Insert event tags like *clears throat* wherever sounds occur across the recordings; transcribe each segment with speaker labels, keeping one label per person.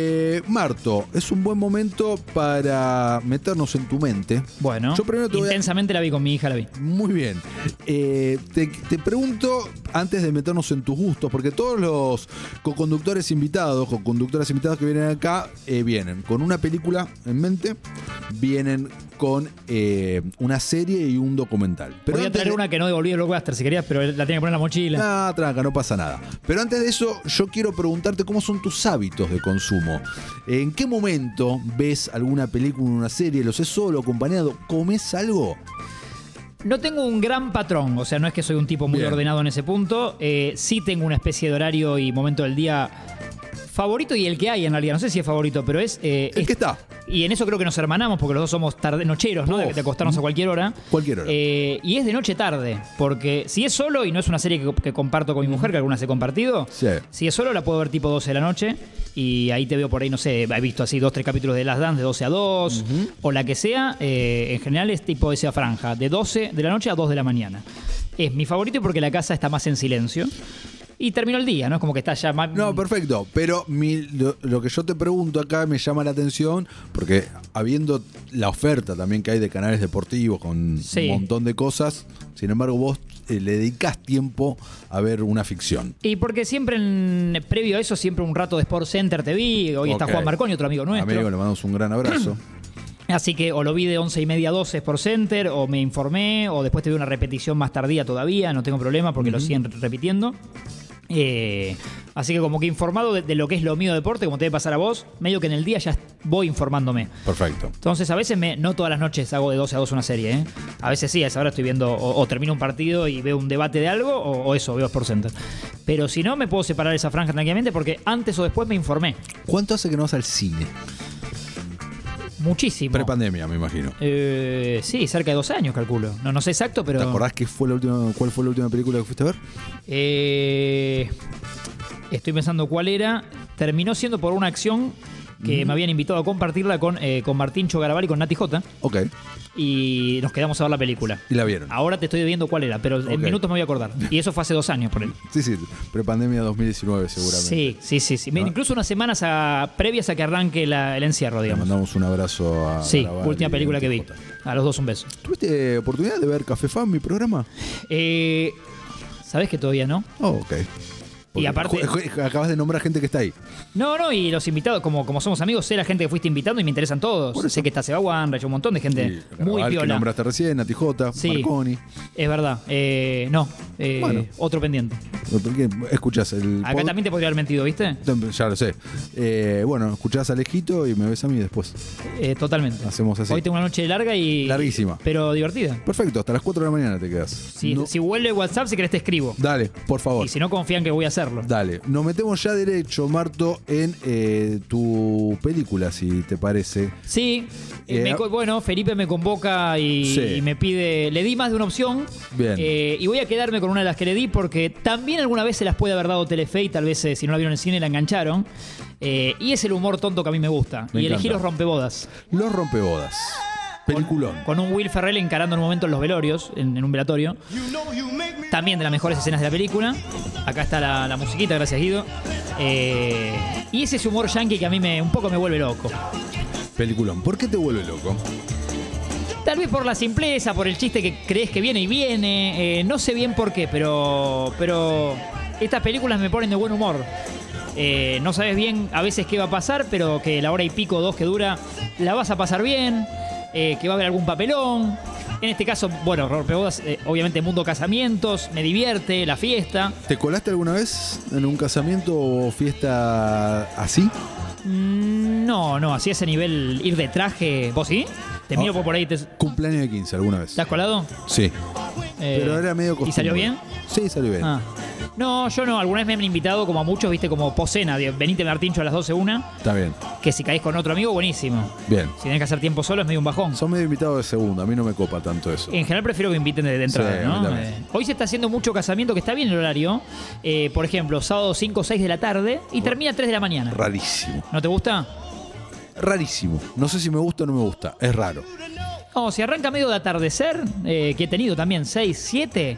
Speaker 1: Eh, Marto, es un buen momento para meternos en tu mente.
Speaker 2: Bueno,
Speaker 1: Yo primero te voy a-
Speaker 2: intensamente la vi con mi hija, la vi.
Speaker 1: Muy bien. Eh, te, te pregunto, antes de meternos en tus gustos, porque todos los co-conductores invitados, co-conductoras invitadas que vienen acá, eh, vienen con una película en mente, vienen con eh, una serie y un documental. Pero
Speaker 2: Podría
Speaker 1: antes
Speaker 2: traer
Speaker 1: de-
Speaker 2: una que no devolví el blockbuster si querías, pero la tenía que poner en la mochila.
Speaker 1: Nah, tranca, no pasa nada. Pero antes de eso, yo quiero preguntarte cómo son tus hábitos de consumo. ¿En qué momento ves alguna película, una serie? ¿Lo sé solo, acompañado? ¿Comes algo?
Speaker 2: No tengo un gran patrón, o sea, no es que soy un tipo muy
Speaker 1: Bien.
Speaker 2: ordenado en ese punto. Eh, sí tengo una especie de horario y momento del día favorito y el que hay en realidad. No sé si es favorito, pero es. eh,
Speaker 1: ¿En
Speaker 2: es-
Speaker 1: qué está?
Speaker 2: Y en eso creo que nos hermanamos, porque los dos somos tarde, nocheros, ¿no? De,
Speaker 1: Uf.
Speaker 2: de acostarnos a cualquier hora.
Speaker 1: Cualquier hora.
Speaker 2: Eh, y es de noche tarde, porque si es solo y no es una serie que, que comparto con mi mujer, que algunas he compartido,
Speaker 1: Sí.
Speaker 2: si es solo la puedo ver tipo 12 de la noche y ahí te veo por ahí, no sé, he visto así dos, tres capítulos de Las Dance de 12 a 2 o la que sea, eh, en general es tipo esa franja, de 12 de la noche a 2 de la mañana. Es mi favorito porque la casa está más en silencio y termino el día, ¿no? Es como que está ya más...
Speaker 1: No, perfecto. Pero mi- lo, lo que yo te pregunto acá me llama la atención porque habiendo la oferta también que hay de canales deportivos con
Speaker 2: Sí.
Speaker 1: un montón de cosas, sin embargo vos eh, le dedicás tiempo a ver una ficción.
Speaker 2: Y porque siempre, en- previo a eso, siempre un rato de Sport Center te vi. Hoy está
Speaker 1: Ok.
Speaker 2: Juan Marconi, otro amigo nuestro.
Speaker 1: Amigo, le mandamos un gran
Speaker 2: *clears throat*
Speaker 1: abrazo.
Speaker 2: Así que o lo vi de 11 y media a 12 por Center, o me informé, o después te vi una repetición más tardía todavía, no tengo problema porque lo siguen repitiendo. Eh, así que como que informado de, de lo que es lo mío de deporte, como te debe pasar a vos, medio que en el día ya voy informándome.
Speaker 1: Perfecto.
Speaker 2: Entonces a veces me, no todas las noches hago de 12 a 2 una serie, ¿eh? A veces sí, a esa hora estoy viendo o, o termino un partido y veo un debate de algo o, o eso, veo Sport Center. Pero si no, me puedo separar esa franja tranquilamente porque antes o después me informé
Speaker 1: ¿Cuánto hace que no vas al cine?
Speaker 2: muchísimo.
Speaker 1: Prepandemia, me imagino.
Speaker 2: Eh, sí, cerca de dos años, calculo. No, no sé exacto, pero.
Speaker 1: ¿Te acordás qué fue la última, cuál fue la última película que fuiste a ver?
Speaker 2: Eh, estoy pensando cuál era. Terminó siendo por una acción que me habían invitado a compartirla con, eh, con Martín Chogarabal y con Nati J.
Speaker 1: Ok.
Speaker 2: Y nos quedamos a ver la película.
Speaker 1: Y la vieron.
Speaker 2: Ahora te estoy viendo cuál era, pero
Speaker 1: Ok.
Speaker 2: en minutos me voy a acordar. Y eso fue hace dos años por él.
Speaker 1: Sí, sí. Prepandemia 2019 *laughs* seguramente.
Speaker 2: Sí, sí, sí. sí. Me-
Speaker 1: Ah.
Speaker 2: Incluso unas semanas a- previas a que arranque la- el encierro,
Speaker 1: Le
Speaker 2: digamos.
Speaker 1: mandamos un abrazo a.
Speaker 2: Sí,
Speaker 1: Garabal
Speaker 2: última
Speaker 1: y
Speaker 2: película que vi.
Speaker 1: TJ.
Speaker 2: A los dos un beso.
Speaker 1: ¿Tuviste oportunidad de ver Café Fan, mi programa?
Speaker 2: Eh, ¿Sabés que todavía no?
Speaker 1: Oh, ok. Porque
Speaker 2: aparte-
Speaker 1: ju- ju- acabas de nombrar gente que está ahí.
Speaker 2: No, no, y los invitados, como, como somos amigos, sé la gente que fuiste invitando y me interesan todos.
Speaker 1: Por eso.
Speaker 2: Sé que está Seba Wanrach, un montón de gente
Speaker 1: Y
Speaker 2: muy
Speaker 1: Garabal, que
Speaker 2: piola.
Speaker 1: nombraste recién, a TJ,
Speaker 2: Sí.
Speaker 1: Marconi.
Speaker 2: Es verdad. Eh, no, eh,
Speaker 1: Bueno.
Speaker 2: otro pendiente.
Speaker 1: ¿Por qué escuchás el
Speaker 2: Acá
Speaker 1: pod-
Speaker 2: también te podría haber mentido, ¿viste?
Speaker 1: Ya lo sé. Eh, bueno, escuchás a Alejito y me ves a mí después.
Speaker 2: Eh, totalmente.
Speaker 1: Hacemos así.
Speaker 2: Hoy tengo una noche larga y.
Speaker 1: Larguísima.
Speaker 2: Pero divertida.
Speaker 1: Perfecto, hasta las 4 de la mañana te quedas.
Speaker 2: Si, si vuelve WhatsApp, si querés te escribo.
Speaker 1: Dale, por favor.
Speaker 2: Y si no confían que voy a hacerlo.
Speaker 1: Dale, nos metemos ya derecho, Marto, en eh, tu película, si te parece.
Speaker 2: Sí, eh,
Speaker 1: Eh,
Speaker 2: me co- bueno, Felipe me convoca y,
Speaker 1: Sí.
Speaker 2: y me pide, le di más de una opción.
Speaker 1: Bien.
Speaker 2: Eh, y voy a quedarme con una de las que le di porque también alguna vez se las puede haber dado Telefe y tal vez eh, si no la vieron en cine la engancharon. Eh, y es el humor tonto que a mí me gusta.
Speaker 1: Me
Speaker 2: y elegí
Speaker 1: encanta.
Speaker 2: los rompebodas.
Speaker 1: Los rompebodas. Peliculón.
Speaker 2: Con un Will Ferrell encarando en un momento en los velorios, en, en un velatorio. También de las mejores escenas de la película. Acá está la, la musiquita, gracias Guido. Eh, y es ese humor yankee que a mí me, un poco me vuelve loco.
Speaker 1: Peliculón. ¿Por qué te vuelve loco?
Speaker 2: Tal vez por la simpleza, por el chiste que crees que viene y viene. eh, no sé bien por qué, pero. Pero. Estas películas me ponen de buen humor. Eh, no sabes bien a veces qué va a pasar, pero que la hora y pico o dos que dura, la vas a pasar bien. eh, que va a haber algún papelón. En este caso, bueno, Rompebodas, eh, obviamente Mundo Casamientos, me divierte, la fiesta.
Speaker 1: ¿Te colaste alguna vez en un casamiento o fiesta así?
Speaker 2: Mm, No, no, así a ese nivel ir de traje. ¿Vos sí? Te miro
Speaker 1: Ah.
Speaker 2: por ahí, y te, ¿te
Speaker 1: Cumpleaños de 15, alguna vez.
Speaker 2: has colado?
Speaker 1: Sí.
Speaker 2: Eh,
Speaker 1: Pero era medio costumbre.
Speaker 2: ¿Y salió bien?
Speaker 1: Sí, salió bien.
Speaker 2: Ah. No, yo no. Alguna vez me han invitado, como a muchos, viste, como poscena. de Venite Martincho a las 12 una,
Speaker 1: Está bien.
Speaker 2: que si caes con otro amigo, buenísimo.
Speaker 1: Bien.
Speaker 2: Si tenés que hacer tiempo solo, es medio un bajón.
Speaker 1: Son medio invitados de segundo, a mí no me copa tanto eso.
Speaker 2: En general prefiero que inviten de de entrada,
Speaker 1: Sí, a mí
Speaker 2: ¿no?
Speaker 1: también.
Speaker 2: Eh, hoy se está haciendo mucho casamiento, que está bien el horario. Eh, por ejemplo, sábado 5 o 6 de la tarde y termina 3 de la mañana.
Speaker 1: Rarísimo.
Speaker 2: ¿No te gusta?
Speaker 1: Rarísimo. No sé si me gusta o no me gusta. Es raro.
Speaker 2: No, si arranca medio de atardecer, eh, que he tenido también 6, 7,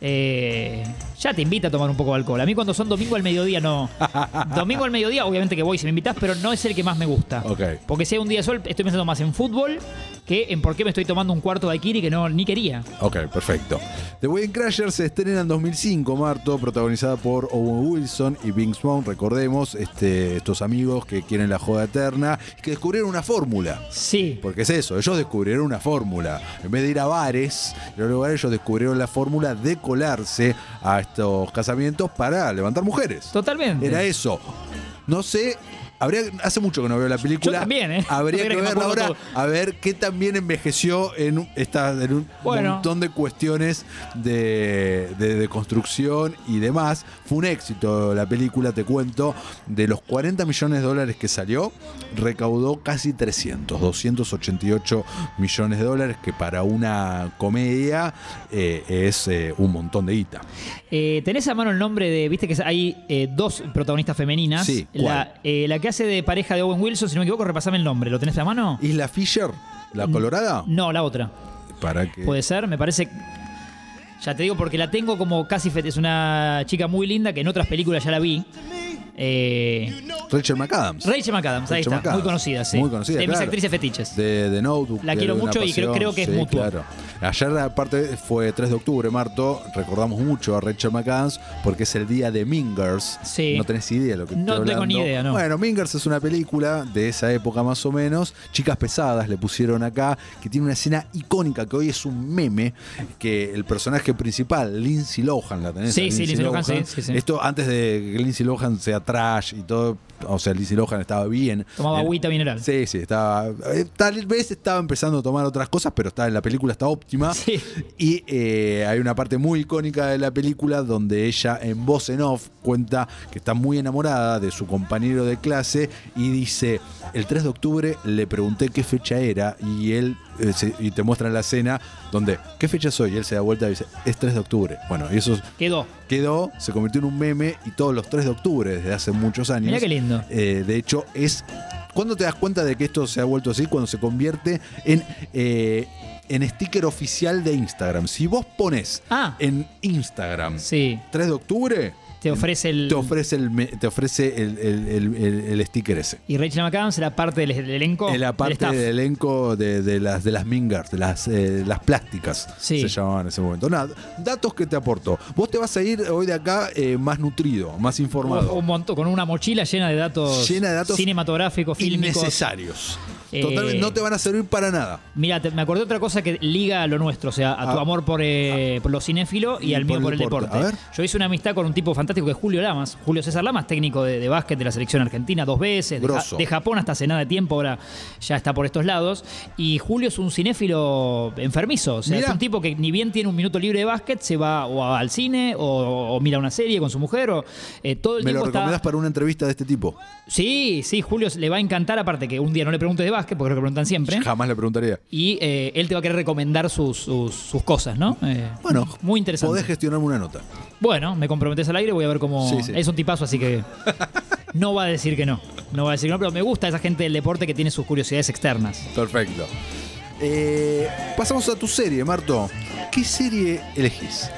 Speaker 2: eh, ya te invita a tomar un poco de alcohol. A mí cuando son domingo al
Speaker 1: *laughs*
Speaker 2: mediodía no. domingo al mediodía, obviamente que voy si me invitas, pero no es el que más me gusta.
Speaker 1: Ok.
Speaker 2: Porque si hay un día de sol, estoy pensando más en fútbol que en por qué me estoy tomando un cuarto de Aikiri que no ni quería.
Speaker 1: Ok, perfecto. The Wedding Crashers se estrena en 2005, Marto, protagonizada por Owen Wilson y Vince Vaughn, recordemos, este, estos amigos que quieren la joda eterna y que descubrieron una fórmula.
Speaker 2: Sí.
Speaker 1: Porque es eso, ellos descubrieron una fórmula. En vez de ir a bares, en los lugares ellos descubrieron la fórmula de colarse a estos casamientos para levantar mujeres.
Speaker 2: Totalmente.
Speaker 1: Era eso. No sé. Habría, hace mucho que no veo la película.
Speaker 2: Yo también, ¿eh?
Speaker 1: Habría
Speaker 2: No
Speaker 1: que
Speaker 2: creas que me
Speaker 1: verla
Speaker 2: acuerdo
Speaker 1: ahora a ver qué también envejeció en un, esta- en un
Speaker 2: Bueno.
Speaker 1: montón de cuestiones de, de- de construcción y demás. Fue un éxito la película, te cuento. De los 40 millones de dólares que salió, recaudó casi 300, 288 millones de dólares, que para una comedia eh, es eh, un montón de guita.
Speaker 2: Eh, tenés a mano el nombre de, viste que hay eh, dos protagonistas femeninas.
Speaker 1: Sí, ¿cuál?
Speaker 2: La, eh, la que hace de pareja de Owen Wilson, si no me equivoco, repasame el nombre. ¿Lo tenés a mano?
Speaker 1: ¿Isla Fisher? ¿La Colorada?
Speaker 2: No, la otra.
Speaker 1: Para que...
Speaker 2: Mm. Puede ser, me parece. Ya te digo, porque la tengo como casi. fe- Es una chica muy linda que en otras películas ya la vi. Eh,
Speaker 1: Rachel McAdams.
Speaker 2: Rachel McAdams, ahí
Speaker 1: Rachel
Speaker 2: está.
Speaker 1: McAdams.
Speaker 2: Muy conocida, sí.
Speaker 1: Muy conocida,
Speaker 2: De mis
Speaker 1: claro.
Speaker 2: actrices fetiches.
Speaker 1: De, de Notebook.
Speaker 2: La
Speaker 1: de
Speaker 2: quiero
Speaker 1: Una
Speaker 2: mucho y creo- creo que es
Speaker 1: sí,
Speaker 2: mutua.
Speaker 1: Claro. Ayer, aparte, fue 3 de octubre, Marto. Recordamos mucho a Rachel McAdams porque es el día de Mingers.
Speaker 2: Sí.
Speaker 1: No tenés idea de lo que
Speaker 2: No
Speaker 1: estoy
Speaker 2: tengo ni
Speaker 1: hablando.
Speaker 2: idea, no.
Speaker 1: Bueno, Mingers es una película de esa época más o menos. Chicas pesadas le pusieron acá, que tiene una escena icónica que hoy es un meme. Que el personaje principal, Lindsay Lohan, la tenés.
Speaker 2: Sí,
Speaker 1: a
Speaker 2: sí, Lindsay Lohan, sí, sí, sí.
Speaker 1: Esto antes de que Lindsay Lohan sea trash y todo. O sea, Lindsay Lohan estaba bien.
Speaker 2: Tomaba
Speaker 1: Era-
Speaker 2: agüita mineral.
Speaker 1: Sí, sí, estaba. eh, Tal vez estaba empezando a tomar otras cosas, pero está en la película está óptima.
Speaker 2: *laughs* Sí.
Speaker 1: Y eh, hay una parte muy icónica de la película donde ella en voz en off cuenta que está muy enamorada de su compañero de clase y dice, el 3 de octubre le pregunté qué fecha era y él, eh, se- y te muestra la escena donde, ¿qué fecha soy? Y él se da vuelta y dice, es 3 de octubre. Bueno, y eso
Speaker 2: Quedó.
Speaker 1: quedó, se convirtió en un meme y todos los 3 de octubre desde hace muchos años.
Speaker 2: Mirá qué lindo.
Speaker 1: Eh, de hecho, es. ¿Cuándo te das cuenta de que esto se ha vuelto así? Cuando se convierte en. eh, en sticker oficial de Instagram. Si vos pones
Speaker 2: Ah.
Speaker 1: en Instagram
Speaker 2: Sí.
Speaker 1: 3 de octubre,
Speaker 2: Te ofrece el.
Speaker 1: te ofrece el, me- te ofrece el, el- el- el- el sticker ese.
Speaker 2: Y Rachel McAdams era parte del, del elenco.
Speaker 1: En la
Speaker 2: del
Speaker 1: parte
Speaker 2: staff.
Speaker 1: del elenco de, de las, de las Mingers, de las, eh, las plásticas,
Speaker 2: Sí.
Speaker 1: se llamaban en ese momento. Nada, datos que te aporto. Vos te vas a ir hoy de acá eh, más nutrido, más informado.
Speaker 2: Un montón, con una mochila llena de datos,
Speaker 1: Llena de datos
Speaker 2: cinematográficos, fílmicos.
Speaker 1: innecesarios.
Speaker 2: Eh,
Speaker 1: Totalmente, no te van a servir para nada.
Speaker 2: Mira, te- me acordé otra cosa que liga a lo nuestro, o sea, a tu
Speaker 1: Ah.
Speaker 2: amor por, eh, por lo cinéfilo y,
Speaker 1: Y
Speaker 2: al mío
Speaker 1: por el
Speaker 2: por el
Speaker 1: deporte.
Speaker 2: deporte.
Speaker 1: A ver.
Speaker 2: Yo hice una amistad con un tipo fantástico que es Julio Lamas, Julio César Lamas, técnico de, de básquet de la selección argentina dos veces, de, Ja-
Speaker 1: Grosso.
Speaker 2: de Japón hasta hace nada de tiempo, ahora ya está por estos lados. Y Julio es un cinéfilo enfermizo, o sea,
Speaker 1: Mirá.
Speaker 2: es un tipo que ni bien tiene un minuto libre de básquet, se va o a- al cine o, o mira una serie con su mujer o eh, todo el
Speaker 1: ¿Me lo
Speaker 2: tiempo
Speaker 1: recomendás
Speaker 2: está...
Speaker 1: para una entrevista de este tipo?
Speaker 2: Sí, sí, Julio le va a encantar, aparte que un día no le preguntes de básquet, porque es lo que preguntan siempre.
Speaker 1: Jamás le preguntaría.
Speaker 2: Y eh, él te va a querer recomendar sus, sus, sus cosas, ¿no? Eh,
Speaker 1: Bueno,
Speaker 2: muy interesante.
Speaker 1: Podés gestionarme una nota.
Speaker 2: Bueno, me comprometes al aire, voy a ver cómo.
Speaker 1: Sí, sí.
Speaker 2: Es un tipazo,
Speaker 1: *laughs*
Speaker 2: así que. No va a decir que no. No va a decir que no, pero me gusta esa gente del deporte que tiene sus curiosidades externas.
Speaker 1: Perfecto. Eh, pasamos a tu serie, Marto. ¿Qué serie elegís?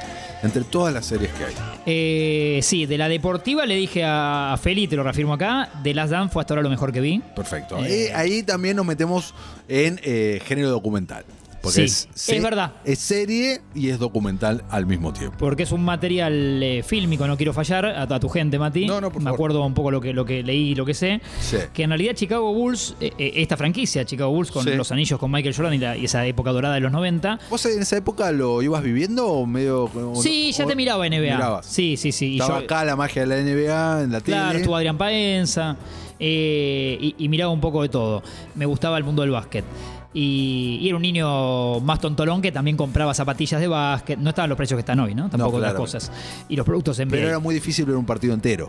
Speaker 1: Entre todas las series que hay.
Speaker 2: Eh, sí, de la deportiva le dije a Feli, te lo reafirmo acá. De Last Dan fue hasta ahora lo mejor que vi.
Speaker 1: Perfecto.
Speaker 2: Eh.
Speaker 1: Eh, ahí también nos metemos en eh, género documental. Porque
Speaker 2: Sí,
Speaker 1: es, se-
Speaker 2: es verdad.
Speaker 1: Es serie y es documental al mismo tiempo.
Speaker 2: Porque es un material eh, fílmico, no quiero fallar a, a tu gente, Mati.
Speaker 1: No, no, por
Speaker 2: Me
Speaker 1: favor.
Speaker 2: acuerdo un poco lo que, lo que leí y lo que sé.
Speaker 1: Sí.
Speaker 2: Que en realidad Chicago Bulls, eh, eh, esta franquicia, Chicago Bulls con
Speaker 1: Sí.
Speaker 2: los anillos con Michael Jordan y, la- y esa época dorada de los 90.
Speaker 1: ¿Vos en esa época lo ibas viviendo o medio.? o-
Speaker 2: sí, ya
Speaker 1: o-
Speaker 2: te miraba NBA.
Speaker 1: Mirabas.
Speaker 2: Sí, sí, sí. Y
Speaker 1: Estaba
Speaker 2: yo-
Speaker 1: acá la magia de la NBA en la
Speaker 2: Claro,
Speaker 1: tele.
Speaker 2: estuvo Adrián Paenza eh, y, y miraba un poco de todo. Me gustaba el mundo del básquet. Y, y era un niño más tontolón que también compraba zapatillas de básquet. No estaban los precios que están hoy, ¿no? Tampoco las
Speaker 1: claramente.
Speaker 2: cosas. Y los productos en
Speaker 1: Pero era muy difícil ver un partido entero.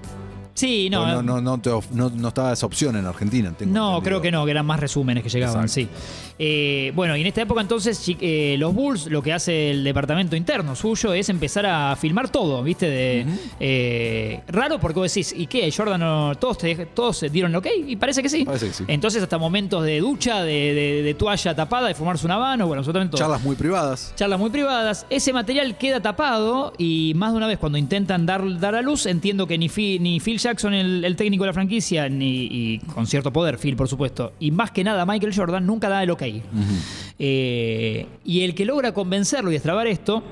Speaker 2: Sí, no.
Speaker 1: No,
Speaker 2: eh.
Speaker 1: no, no, te of- no- no estaba esa opción en Argentina. tengo
Speaker 2: No,
Speaker 1: entendido.
Speaker 2: creo que no, que eran más resúmenes que llegaban,
Speaker 1: Exacto.
Speaker 2: sí. Eh, bueno, y en esta época entonces chi- eh, los Bulls lo que hace el departamento interno suyo es empezar a filmar todo, ¿viste? De, eh, raro porque vos decís, ¿y qué? Jordan, no- todos, te, dej- todos se dieron el ok y parece que sí.
Speaker 1: Parece que sí.
Speaker 2: Entonces hasta momentos de ducha, de, de- de toalla tapada, de fumarse un habano, bueno, absolutamente todo
Speaker 1: Charlas muy privadas.
Speaker 2: charlas muy privadas. Ese material queda tapado y más de una vez cuando intentan dar, dar a luz, entiendo que ni, Fi- ni Phil Jackson, el, el técnico de la franquicia, ni, y con cierto poder, Phil por supuesto, y más que nada Michael Jordan nunca da el ok. Eh, y el que logra convencerlo y destrabar esto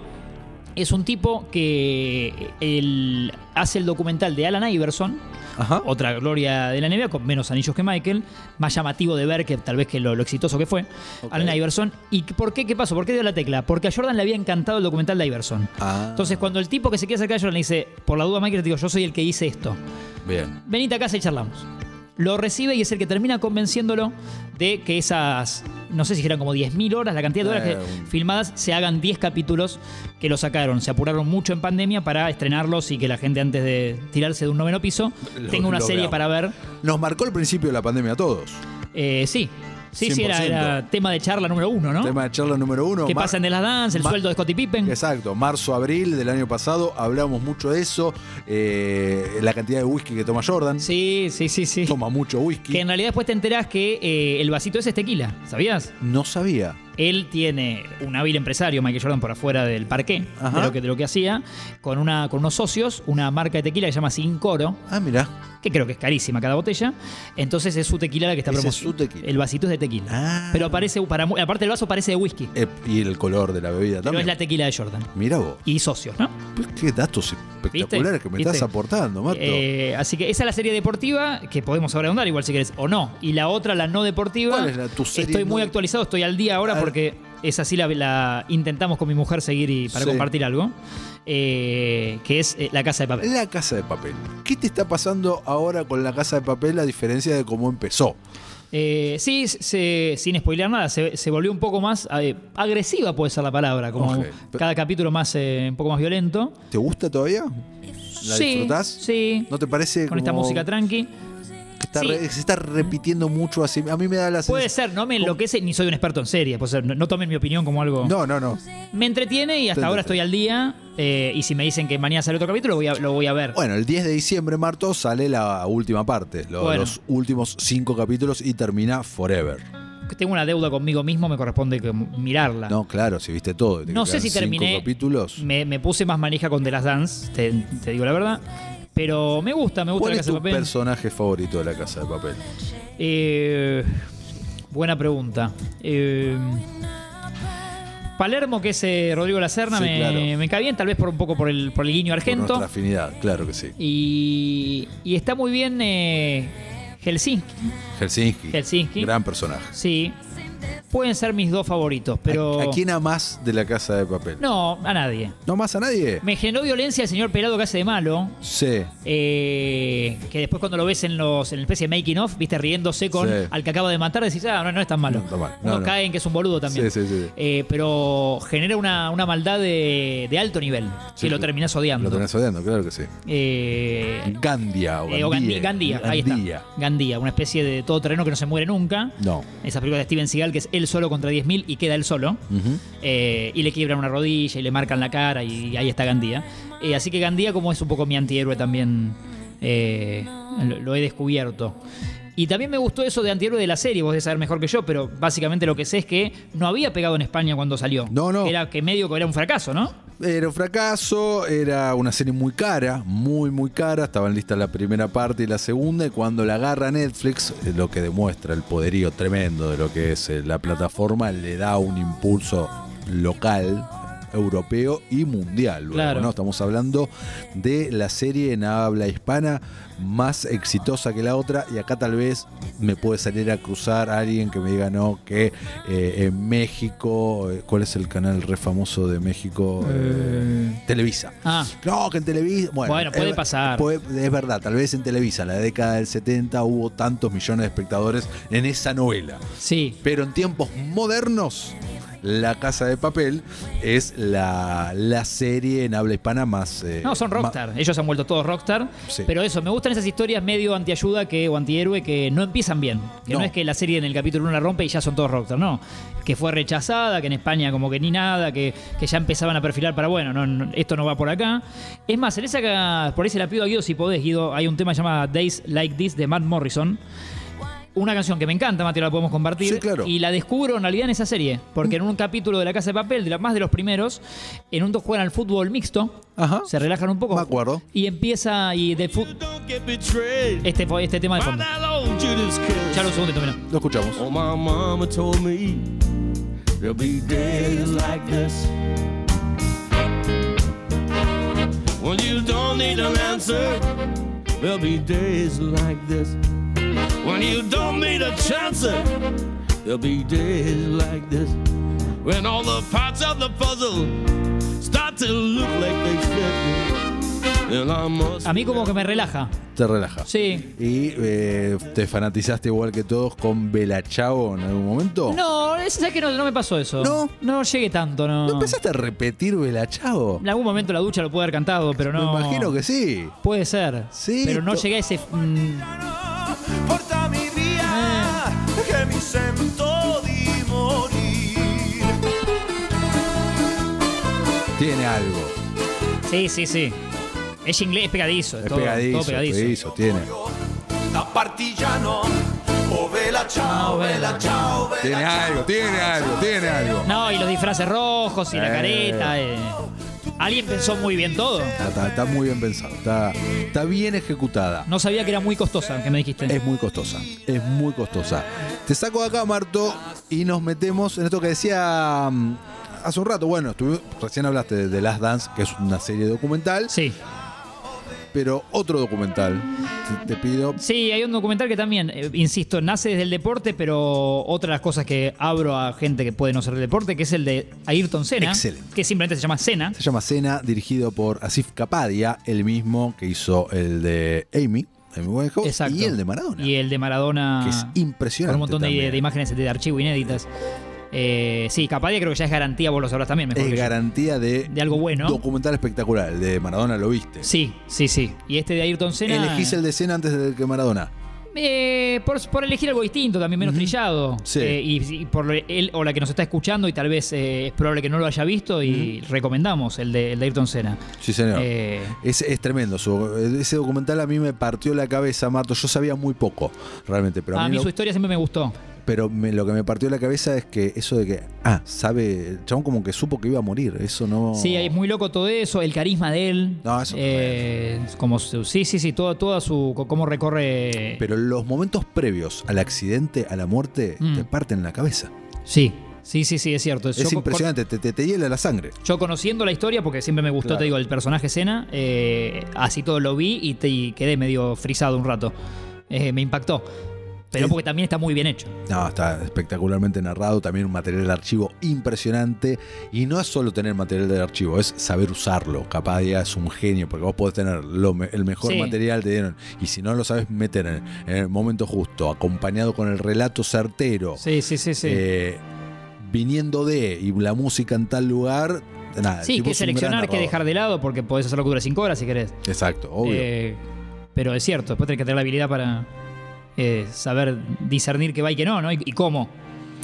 Speaker 2: es un tipo que el- hace el documental de Alan Iverson,
Speaker 1: Ajá.
Speaker 2: otra gloria de la NBA, con menos anillos que Michael, más llamativo de ver que tal vez que lo, lo exitoso que fue,
Speaker 1: Ok.
Speaker 2: Allen Iverson. ¿Y por qué? ¿Qué pasó? ¿Por qué dio la tecla? Porque a Jordan le había encantado el documental de Iverson.
Speaker 1: Ah.
Speaker 2: Entonces, cuando el tipo que se quiere acercar a Jordan le dice, por la duda, Michael, te digo, yo soy el que hice esto.
Speaker 1: Bien.
Speaker 2: Venite a casa y charlamos. Lo recibe y es el que termina convenciéndolo de que esas, no sé si eran como 10.000 horas, la cantidad de horas
Speaker 1: Eh,
Speaker 2: que
Speaker 1: un-
Speaker 2: filmadas, se hagan 10 capítulos que lo sacaron. Se apuraron mucho en pandemia para estrenarlos y que la gente antes de tirarse de un noveno piso
Speaker 1: Lo-
Speaker 2: tenga una
Speaker 1: lo
Speaker 2: serie
Speaker 1: veamos.
Speaker 2: para ver.
Speaker 1: Nos marcó el principio de la pandemia a todos.
Speaker 2: Eh, sí, sí, sí, era,
Speaker 1: 100%.
Speaker 2: era tema de charla número uno, ¿no?
Speaker 1: Tema de charla número uno.
Speaker 2: ¿Qué
Speaker 1: Mar-
Speaker 2: pasa en The Last Dance? El
Speaker 1: Ma-
Speaker 2: sueldo de Scottie Pippen.
Speaker 1: Exacto, marzo, abril del año pasado hablamos mucho de eso, eh, la cantidad de whisky que toma Jordan,
Speaker 2: Sí, sí, sí, sí.
Speaker 1: toma mucho whisky.
Speaker 2: Que en realidad después te enterás que eh, el vasito ese es tequila, ¿sabías?
Speaker 1: No sabía.
Speaker 2: Él tiene un hábil empresario, Michael Jordan, por afuera del parqué, de
Speaker 1: Ajá.
Speaker 2: lo, que, de lo que hacía, con, una, con unos socios, una marca de tequila que se llama Sin Coro,
Speaker 1: Ah, mira.
Speaker 2: que creo que es carísima cada botella. Entonces es su tequila la que está
Speaker 1: Ese
Speaker 2: promo-
Speaker 1: es su tequila.
Speaker 2: El vasito es de tequila.
Speaker 1: Ah.
Speaker 2: Pero parece, para, mu- aparte el vaso parece de whisky,
Speaker 1: Eh, y el color de la bebida
Speaker 2: pero es
Speaker 1: también.
Speaker 2: la tequila de Jordan.
Speaker 1: Mira vos,
Speaker 2: Y socios, ¿no?
Speaker 1: Pues, qué datos espectaculares
Speaker 2: ¿Viste?
Speaker 1: que me
Speaker 2: ¿Viste?
Speaker 1: estás aportando, Marto.
Speaker 2: Eh, así que esa es la serie deportiva, que podemos ahora ahondar igual si querés, o no. Y la otra, la no deportiva.
Speaker 1: ¿Cuál es la- tu serie
Speaker 2: estoy muy
Speaker 1: no-
Speaker 2: actualizado, estoy al día ahora
Speaker 1: Ah.
Speaker 2: porque esa sí la, la intentamos con mi mujer seguir y para
Speaker 1: Sí.
Speaker 2: compartir algo. eh, que es eh, La Casa de Papel.
Speaker 1: La casa de papel. ¿Qué te está pasando ahora con la casa de papel a diferencia de cómo empezó?
Speaker 2: Eh, sí, se- sin spoilear nada, se, se volvió un poco más eh, agresiva, puede ser la palabra. Como
Speaker 1: Ok.
Speaker 2: cada capítulo más eh, un poco más violento.
Speaker 1: ¿Te gusta todavía? ¿La
Speaker 2: sí,
Speaker 1: disfrutás?
Speaker 2: Sí.
Speaker 1: ¿No te parece
Speaker 2: con esta
Speaker 1: como
Speaker 2: música tranqui.
Speaker 1: que está
Speaker 2: sí.
Speaker 1: re- se está repitiendo mucho así? A mí me da la
Speaker 2: Puede
Speaker 1: sensación.
Speaker 2: ser, no me enloquece, ni soy un experto en serie. Puede ser, no, no tomen mi opinión como algo.
Speaker 1: No, no, no.
Speaker 2: Me entretiene y hasta
Speaker 1: Te
Speaker 2: ahora estoy
Speaker 1: entretiene.
Speaker 2: al día. eh, y si me dicen que mañana sale otro capítulo, voy a- lo voy a ver.
Speaker 1: Bueno, el 10 de diciembre, Marto, sale la última parte, lo-
Speaker 2: Bueno.
Speaker 1: los últimos cinco capítulos y termina Forever.
Speaker 2: Ah. Tengo una deuda conmigo mismo, me corresponde que mirarla.
Speaker 1: No, claro, si viste todo. y te
Speaker 2: No sé
Speaker 1: quedan
Speaker 2: si
Speaker 1: cinco
Speaker 2: terminé.
Speaker 1: capítulos.
Speaker 2: Me, me puse más manija con The Last Dance, te, te digo la verdad. Pero me gusta, me gusta
Speaker 1: ¿Cuál es
Speaker 2: la casa
Speaker 1: tu
Speaker 2: de papel.
Speaker 1: personaje favorito de la Casa de Papel?
Speaker 2: Eh, buena pregunta. Eh, Palermo, que es eh, Rodrigo Lacerna,
Speaker 1: Sí,
Speaker 2: me,
Speaker 1: claro.
Speaker 2: me cae bien, tal vez por un poco por el, por el guiño
Speaker 1: Por
Speaker 2: argento.
Speaker 1: nuestra afinidad, claro que sí.
Speaker 2: Y, y está muy bien eh, Helsinki.
Speaker 1: Helsinki.
Speaker 2: Helsinki.
Speaker 1: Gran personaje.
Speaker 2: Sí. Pueden ser mis dos favoritos, pero.
Speaker 1: ¿A, a quién amás de la Casa de Papel?
Speaker 2: No, a nadie.
Speaker 1: ¿No amás a nadie?
Speaker 2: Me generó violencia el señor Pelado que hace de malo.
Speaker 1: Sí.
Speaker 2: eh, que después cuando lo ves en los en la especie de making of, viste riéndose con
Speaker 1: Sí.
Speaker 2: al que acaba de matar, decís, ah, no, no es tan malo.
Speaker 1: No, está mal.
Speaker 2: Uno
Speaker 1: No, no.
Speaker 2: cae en que es un boludo también.
Speaker 1: Sí, sí, sí.
Speaker 2: Eh, pero genera una, una maldad de, de alto nivel.
Speaker 1: Sí,
Speaker 2: que lo
Speaker 1: sí.
Speaker 2: terminás odiando.
Speaker 1: Lo tenés odiando, claro que sí.
Speaker 2: Eh,
Speaker 1: Gandia o
Speaker 2: Eh, o Gandhi-
Speaker 1: Gandía.
Speaker 2: Gandía, ahí está.
Speaker 1: Gandía.
Speaker 2: Gandía, una especie de todoterreno que no se muere nunca.
Speaker 1: No.
Speaker 2: Esa película de Steven Seagal que es él solo contra 10.000 y queda él solo.
Speaker 1: Ujú.
Speaker 2: Eh, y le quiebran una rodilla y le marcan la cara y ahí está Gandía. Eh, así que Gandía como es un poco mi antihéroe también, eh, lo, lo he descubierto. Y también me gustó eso de antihéroe de la serie, vos debes saber mejor que yo, pero básicamente lo que sé es que no había pegado en España cuando salió.
Speaker 1: No, no.
Speaker 2: Era que medio que era un fracaso, ¿no?
Speaker 1: Era un fracaso, era una serie muy cara, muy muy cara, estaban listas la primera parte y la segunda, y cuando la agarra Netflix, eh, lo que demuestra el poderío tremendo de lo que es eh, la plataforma, le da un impulso local, europeo y mundial. luego,
Speaker 2: Claro.
Speaker 1: ¿no? Estamos hablando de la serie en habla hispana más exitosa que la otra, y acá tal vez me puede salir a cruzar a alguien que me diga, no, que eh, en México, eh, ¿cuál es el canal re famoso de México? Eh, Televisa.
Speaker 2: Ah.
Speaker 1: No, que en Televisa. Bueno,
Speaker 2: Bueno, puede
Speaker 1: es-
Speaker 2: pasar.
Speaker 1: puede- es verdad, tal vez en Televisa, en la década del 70, hubo tantos millones de espectadores en esa novela.
Speaker 2: Sí.
Speaker 1: Pero en tiempos modernos, La Casa de Papel es la, la serie en habla hispana más. eh,
Speaker 2: No, son
Speaker 1: ma-
Speaker 2: rockstar. Ellos se han vuelto todos rockstar.
Speaker 1: Sí.
Speaker 2: Pero eso, me gustan esas historias medio antiayuda que, o antihéroe que no empiezan bien. Que no.
Speaker 1: No.
Speaker 2: es que la serie en el capítulo 1 la rompe y ya son todos rockstar, no. Que fue rechazada, que en España como que ni nada, que, que ya empezaban a perfilar para, bueno, no, no, esto no va por acá. Es más, en esa, que- por ahí se la pido a Guido si podés, Guido. Hay un tema llamado Days Like This de Matt Morrison. Una canción que me encanta, Mateo, la podemos compartir.
Speaker 1: Sí, claro.
Speaker 2: Y la descubro en realidad en esa serie. Porque en un capítulo de La Casa de Papel, de la, más de los primeros, en un dos juegan al fútbol mixto.
Speaker 1: Ajá.
Speaker 2: Se relajan un poco.
Speaker 1: Me acuerdo.
Speaker 2: Y empieza y de fu-
Speaker 3: Don't get betrayed
Speaker 2: este, fo- este tema de
Speaker 3: by
Speaker 2: fondo.
Speaker 3: that old Judas curse.
Speaker 2: Ya lo segundo, mira.
Speaker 1: Lo escuchamos.
Speaker 3: Oh, my mama told me there'll be days like this when you don't need an answer. There'll be days like this when you don't need a chance. There'll be days like this when all the parts of the puzzle start to look like they fit. Then I must.
Speaker 2: A mí como que me relaja.
Speaker 1: Te relaja.
Speaker 2: Sí.
Speaker 1: ¿Y eh, te fanatizaste igual que todos con Bela Chao en algún momento?
Speaker 2: No, es, ¿sabes que no, no me pasó eso?
Speaker 1: Oh. No.
Speaker 2: No llegué tanto, no.
Speaker 1: ¿No empezaste a repetir Bela Chao?
Speaker 2: En algún momento la ducha lo puede haber cantado, pero no.
Speaker 1: Me imagino que sí.
Speaker 2: Puede ser.
Speaker 1: Sí,
Speaker 2: Pero no
Speaker 1: to-
Speaker 2: llegué a ese. mm,
Speaker 4: porta mi via
Speaker 1: Mm.
Speaker 4: che mi sento di morire.
Speaker 1: Tiene algo.
Speaker 2: sí, sí, sí. Es inglés, es pegadizo. Es,
Speaker 1: Es
Speaker 2: todo,
Speaker 1: pegadizo.
Speaker 2: todo pegadizo.
Speaker 1: pegadizo, tiene.
Speaker 4: Da partigiano, oh vela ciao, vela ciao,
Speaker 1: Tiene
Speaker 4: vela
Speaker 1: algo, tiene algo, tiene algo.
Speaker 2: No, y los disfraces rojos y la
Speaker 1: Eh.
Speaker 2: careta. eh. Alguien pensó muy bien todo.
Speaker 1: Está, está- está muy bien pensado. Está, está bien ejecutada.
Speaker 2: No sabía que era muy costosa, que me dijiste.
Speaker 1: Es muy costosa. Es muy costosa. Te saco de acá, Marto, y nos metemos en esto que decía mm, hace un rato. Bueno, estuvi- recién hablaste de The Last Dance, que es una serie documental,
Speaker 2: Sí.
Speaker 1: pero otro documental. Te, te pido.
Speaker 2: Sí, hay un documental que también, eh, insisto, nace desde el deporte, pero otra de las cosas que abro a gente que puede no ser del deporte, que es el de Ayrton Senna.
Speaker 1: Excelente.
Speaker 2: Que simplemente se llama Senna.
Speaker 1: Se llama Cena, dirigido por Asif Kapadia, el mismo que hizo el de Amy, Amy Winehouse,
Speaker 2: Exacto.
Speaker 1: y el de Maradona.
Speaker 2: Y el de Maradona.
Speaker 1: que es impresionante.
Speaker 2: Con un montón de,
Speaker 1: también. ¿eh?
Speaker 2: de imágenes de archivo inéditas. Eh, sí, Capadia creo que ya es garantía, vos lo sabrás también mejor.
Speaker 1: Es
Speaker 2: que yo.
Speaker 1: garantía de,
Speaker 2: De algo bueno.
Speaker 1: Documental espectacular. El de Maradona lo viste.
Speaker 2: Sí, sí, sí. Y este de Ayrton Senna.
Speaker 1: Elegís el de Cena antes del que Maradona.
Speaker 2: Eh, por, por elegir algo distinto, también menos trillado.
Speaker 1: Sí.
Speaker 2: Eh, y, y por lo- él o la que nos está escuchando, y tal vez eh, es probable que no lo haya visto, y recomendamos el de, el de Ayrton Senna.
Speaker 1: Sí, señor.
Speaker 2: Eh,
Speaker 1: Es, es tremendo. su- ese documental a mí me partió la cabeza, Marto. Yo sabía muy poco, realmente. Pero a mí,
Speaker 2: a mí
Speaker 1: lo,
Speaker 2: su historia siempre Ah, me gustó.
Speaker 1: pero me- lo que me partió la cabeza es que eso de que, ah, sabe, el chabón como que supo que iba a morir. Eso no.
Speaker 2: Sí, es muy loco todo eso, el carisma de él.
Speaker 1: No, eso
Speaker 2: Eh, como su- sí, sí, sí, toda, toda su. co- cómo recorre.
Speaker 1: Pero los momentos previos al accidente, a la muerte,
Speaker 2: Mm.
Speaker 1: te parten la cabeza.
Speaker 2: sí, sí, sí, sí, es cierto. Yo
Speaker 1: es
Speaker 2: co-
Speaker 1: impresionante, te, te, te hiela la sangre.
Speaker 2: Yo conociendo la historia, porque siempre me gustó,
Speaker 1: Claro.
Speaker 2: te digo, el personaje Cena, eh, así todo lo vi y, te, y quedé medio frisado un rato. Eh, me impactó. Pero
Speaker 1: Sí.
Speaker 2: porque también está muy bien hecho.
Speaker 1: No, está espectacularmente narrado, también un material de archivo impresionante. Y no es solo tener material de archivo, es saber usarlo. Capadia es un genio, porque vos podés tener lo me- el mejor
Speaker 2: Sí.
Speaker 1: material, te dieron. Y si no lo sabes meter en, en el momento justo, acompañado con el relato certero,
Speaker 2: Sí, sí, sí, sí.
Speaker 1: eh, viniendo de y la música en tal lugar, nada. el
Speaker 2: sí,
Speaker 1: tipo
Speaker 2: que
Speaker 1: es un
Speaker 2: seleccionar,
Speaker 1: gran
Speaker 2: que dejar
Speaker 1: narrador.
Speaker 2: de lado, porque podés hacerlo que dure 5 horas si querés.
Speaker 1: Exacto, obvio.
Speaker 2: Eh, pero es cierto, después tenés que tener la habilidad para eh, saber discernir qué va y qué no, ¿no? Y, y cómo.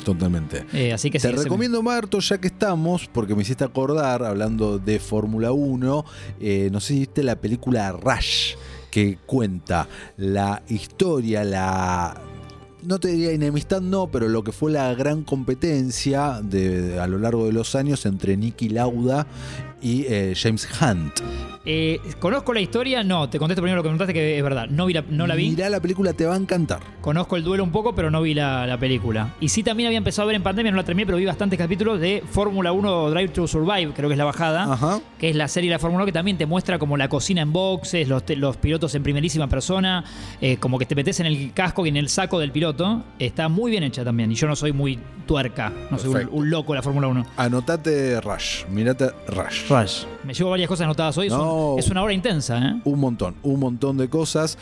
Speaker 1: totalmente.
Speaker 2: Eh, así que
Speaker 1: Te
Speaker 2: sí, se me-
Speaker 1: recomiendo, Marto, ya que estamos, porque me hiciste acordar, hablando de Fórmula 1, eh, no sé si viste la película Rush, que cuenta la historia, la... No te diría enemistad, no, pero lo que fue la gran competencia de, de- a lo largo de los años entre Nicky Lauda y eh, James Hunt.
Speaker 2: Eh, ¿Conozco la historia? No, te contesto primero lo que preguntaste, que es verdad. No, vi la- no la vi.
Speaker 1: Mirá la película, te va a encantar.
Speaker 2: Conozco el duelo un poco, pero no vi la, la película. Y sí, también había empezado a ver en pandemia, no la terminé, pero vi bastantes capítulos de Fórmula 1 Drive to Survive, creo que es la bajada,
Speaker 1: Ajá.
Speaker 2: que es la serie de la Fórmula 1 que también te muestra como la cocina en boxes, los, te- los pilotos en primerísima persona, eh, como que te metes en el casco y en el saco del piloto. Está muy bien hecha también. Y yo no soy muy tuerca, no soy un,
Speaker 1: Perfecto.
Speaker 2: un loco de la Fórmula 1.
Speaker 1: Anotate Rush, mirate Rush.
Speaker 2: Rush. Me llevo varias cosas anotadas hoy, es, un-
Speaker 1: No.
Speaker 2: es una hora intensa, ¿eh?
Speaker 1: un montón, un montón de cosas.